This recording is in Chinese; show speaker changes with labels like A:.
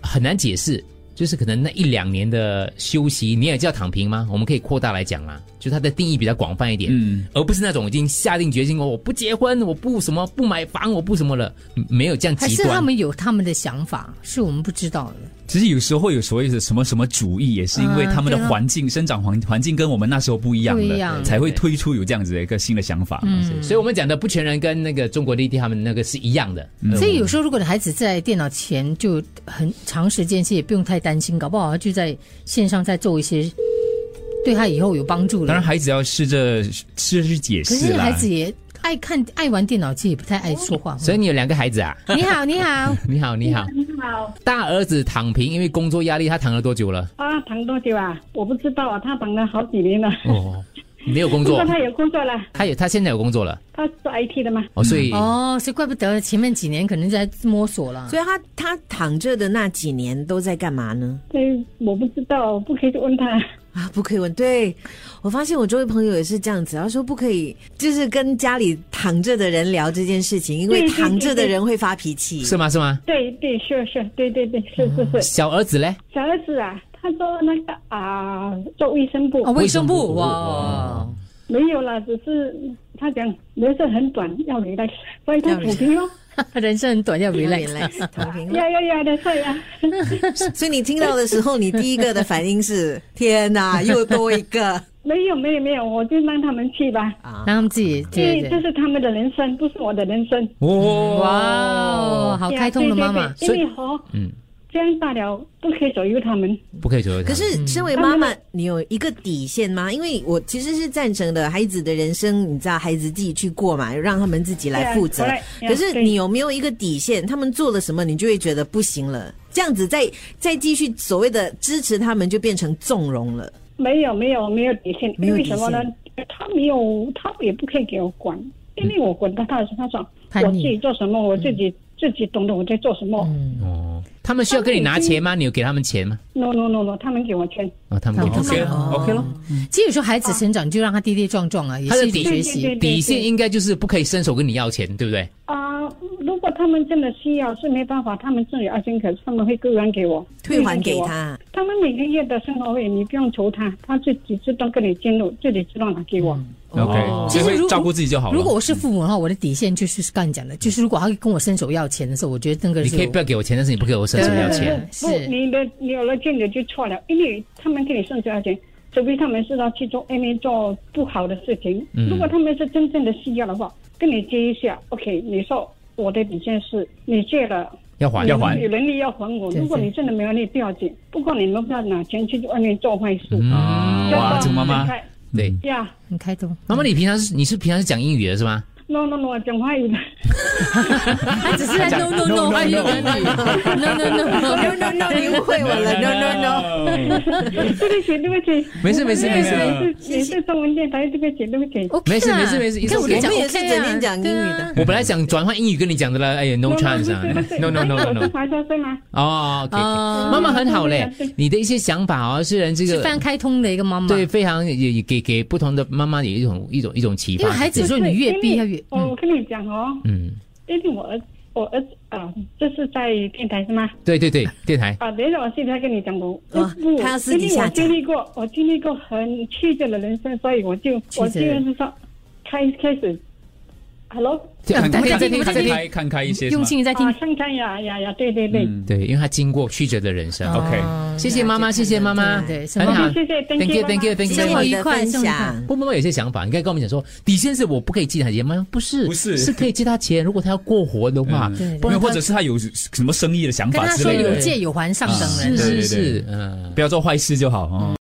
A: 很难解释，就是可能那一两年的休息，你也叫躺平吗？我们可以扩大来讲啦，就它的定义比较广泛一点，
B: 嗯，
A: 而不是那种已经下定决心哦，我不结婚，我不什么不买房，我不什么了，嗯没有这样
C: 还
A: 极
C: 是他
A: 端。
C: 们有他们的想法，是我们不知道的。
B: 其实有时候会有所谓的什么什么主义，也是因为
C: 啊
B: 他们
C: 对
B: 的
C: 啊
B: 环境、生长环环境跟我们那时候不一样
C: 不
B: 了，
C: 一样
B: 才会推出有这样子的一个新的想法。嗯，
A: 所以我们讲的不全然跟那个中国内地他们那个是一样的，
B: 嗯
A: 呃
C: 所以有时候如果你孩子在电脑前就很长时间，其实也不用太担心，搞不好他就在线上再做一些对他以后有帮助
B: 当然
C: 的。
B: 孩子要试着试着去解
C: 可
B: 释
C: 是
B: 啦。
C: 孩子也爱看爱玩电脑，其实也不太爱说 话。哦
A: 所以你有两个孩子啊？
C: 你好，你好，
A: 你好，你好，
D: 你好
A: 大儿子躺平，因为工作压力，他躺了多久了？
D: 啊，躺多久啊？我不知道啊，他躺了好几年了。
A: 哦，没有工
D: 不
A: 作
D: 过，他有工作了，
A: 他有他现在有工作了
D: 他是 IT 的嘛。
A: 哦，所以、
C: 哦，所以怪不得前面几年可能在摸索了。
E: 所以他他躺着的那几年都在干嘛呢？
D: 所以我不知道，不可以去问他。
E: 啊，不可以问。对我发现我周围朋友也是这样子，他说不可以，就是跟家里躺着的人聊这件事情，因
D: 对
E: 为
D: 对对
E: 躺着的人会发脾气。
A: 是吗？是吗？
D: 对对，是是，对对对，是是是。
A: 小儿子嘞？
D: 小儿子啊，他做那个啊，做卫生部
C: 哦，卫
A: 卫生
C: 生部
A: 部
C: 哇，
D: 没有啦，只是他讲人生很短，要你来，所以他
E: 要
D: 躺平咯。
C: 人生很短，要 relax。
E: relax 躺 平了。
D: 呀呀呀的事啊 呀，
E: 所以你听到的时候，你第一个的反应是： 天哪，又多一个。
D: 没有没有没有，我就让他们去吧。
C: 让他们自己
D: 因
C: 对
D: 为
C: 对对。
D: 这是他们的人生，不是我的人生。
B: 哦，
C: 哇哦，好
D: 呀
C: 开通的妈妈。
D: 啊对对对因为哦，
A: 嗯，
D: 这样大了不可以左右他们。
A: 不可以左右他。
E: 可是，身
D: 嗯
E: 为妈妈，你有一个底线吗？因为我其实是赞成的，孩子的人生，你知道，孩子自己去过嘛，让他们自己来负责。
D: 对啊，correct，
E: 可是，
D: yeah，
E: 你有没有一个底线？他们做了什么，你就会觉得不行了。这样子再再继续所谓的支持他们，就变成纵容了。
D: 没有没有没有底线，
E: 没有
D: 因为
E: 底线
D: 什么呢？他没有，他也不可以给我管，因为我管他，他他说
C: 嗯叛逆嗯
D: 我自己做什么，我自己、自己懂得我在做什么。
A: 哦，他们需要跟你拿钱吗？你有给他们钱吗？
D: No no no no，他们给我钱，
A: 哦，他们给
C: 他
A: 你
C: 们
B: OK
A: 钱。
B: 了 OK 了，
C: 其实有时候孩子成长，就让他跌跌撞撞啊，也
A: 他的
C: 是
A: 底
C: 一种学
D: 对对
C: 习。
D: 对
A: 底线应该就是不可以伸手跟你要钱，对不对？
D: 啊、如果他们真的需要，是没办法，他们自己爱心，可是他们会归还给我，
E: 退还给
D: 我。
E: 他，
D: 他们每个月的生活费，你不用求他，他自己自动跟你进入，自己自动拿给我。
C: 嗯
B: OK，
C: 其
B: 所以
C: 实如
B: 会
C: 果
B: 照顾自己就好了。
C: 如果我是父母的话，我的底线就是刚你讲的，就是如果他跟我伸手要钱的时候，我觉得那个
A: 你
C: 是
A: 可以不要给我钱，但是你不给我伸手要
C: 对
A: 钱。
D: 不，
C: 是
D: 你的你有了见解就错了，因为他们给你送这钱，除非他们是要去做 M A 做不好的事情。
A: 嗯
D: 如果他们是真正的需要的话，跟你借一下，OK，你说我的底线是你借了。
A: 要还
D: 你
B: 要还
D: 有能力要还我。
C: 对
D: 如果
C: 对
D: 你真的没能力，不要紧。不过你们不要拿钱去外面做坏事。
A: 嗯
B: 啊，
D: 真的
B: 哇，这个妈妈
D: 很开
C: 嗯
A: 对，
D: 呀
C: 很开通。
A: 妈妈，你平常是你是平常是讲英语的是吗？
D: ，no no no，讲华 语的。
C: 他只是在 no no no，哎呦 no no no，
E: no no no，你 误会我了，no no no。
D: 对不起，对不起，
A: 没事没事没事
B: 没事
D: 你是你是中文电台，对不起，对不起。
C: OK
A: 没事
C: 啦
A: 没事没事
C: 你看我就讲
E: 我们也
C: OK 啊
E: 是整天讲英语的。
A: 我本来想转换英语跟你讲的了，哎呀，no chance 啊，no no no no
D: 我是
A: no。
D: 华侨生吗？
A: 哦，OK，
C: 哦嗯
A: 妈妈很好嘞，你的一些想法哦，虽然这
C: 是
A: 个
C: 非常开通的一个妈妈。
A: 对，非常也也给给不同的妈妈也一种一种一种启发。
C: 因为孩子
A: 对
C: 说你越逼
D: 因
C: 他
D: 为
C: 越
D: 我我跟你讲哦，
A: 嗯，
D: 因为我儿子我儿子啊，这是在电台是吗？
A: 对对对，电台
D: 啊，等一下我私底下跟你讲我，
E: 哦
D: 因为
E: 他要私底下
D: 我
E: 讲
D: 经历过，我经历过很曲折的人生，所以我就我
C: 曲折
D: 就是说，开开始，hello
A: 看
C: 我
A: 看在
C: 在呃听
A: 听
C: 我
A: 在
C: 在
B: 看
A: 听。
B: 开看开一些是吗
C: 用心在听
D: 啊，。盛开呀呀呀，对对对，
B: 嗯
A: 对，因为他经过曲折的人生。
B: OK
C: 哦
A: 谢谢妈妈，谢谢妈妈，
C: 对是
A: 很
C: 妈
A: 好
C: 妈
D: 谢谢
A: ，Thank you，Thank you，Thank
E: 谢谢
A: you
C: 妈。
E: 你
C: 愉
E: 的
C: 快
E: 分
C: 生活愉
E: 享
C: 快。
A: 不，妈妈有些想法，应该跟我们讲说，底线是我不可以借他钱吗？不是，
B: 不是
A: 是可以借他钱。如果他要过活的话
B: 嗯，
C: 对
A: 不
B: 没
A: 然
B: 有
A: 他
B: 或者是他有什么生意的想
C: 跟
B: 法
C: 他
B: 之
C: 说
B: 类
C: 有
B: 的，
C: 借有还上等人
A: 是
B: 对
A: 是
B: 对对
A: 是，嗯。
B: 不要做坏事就好哦。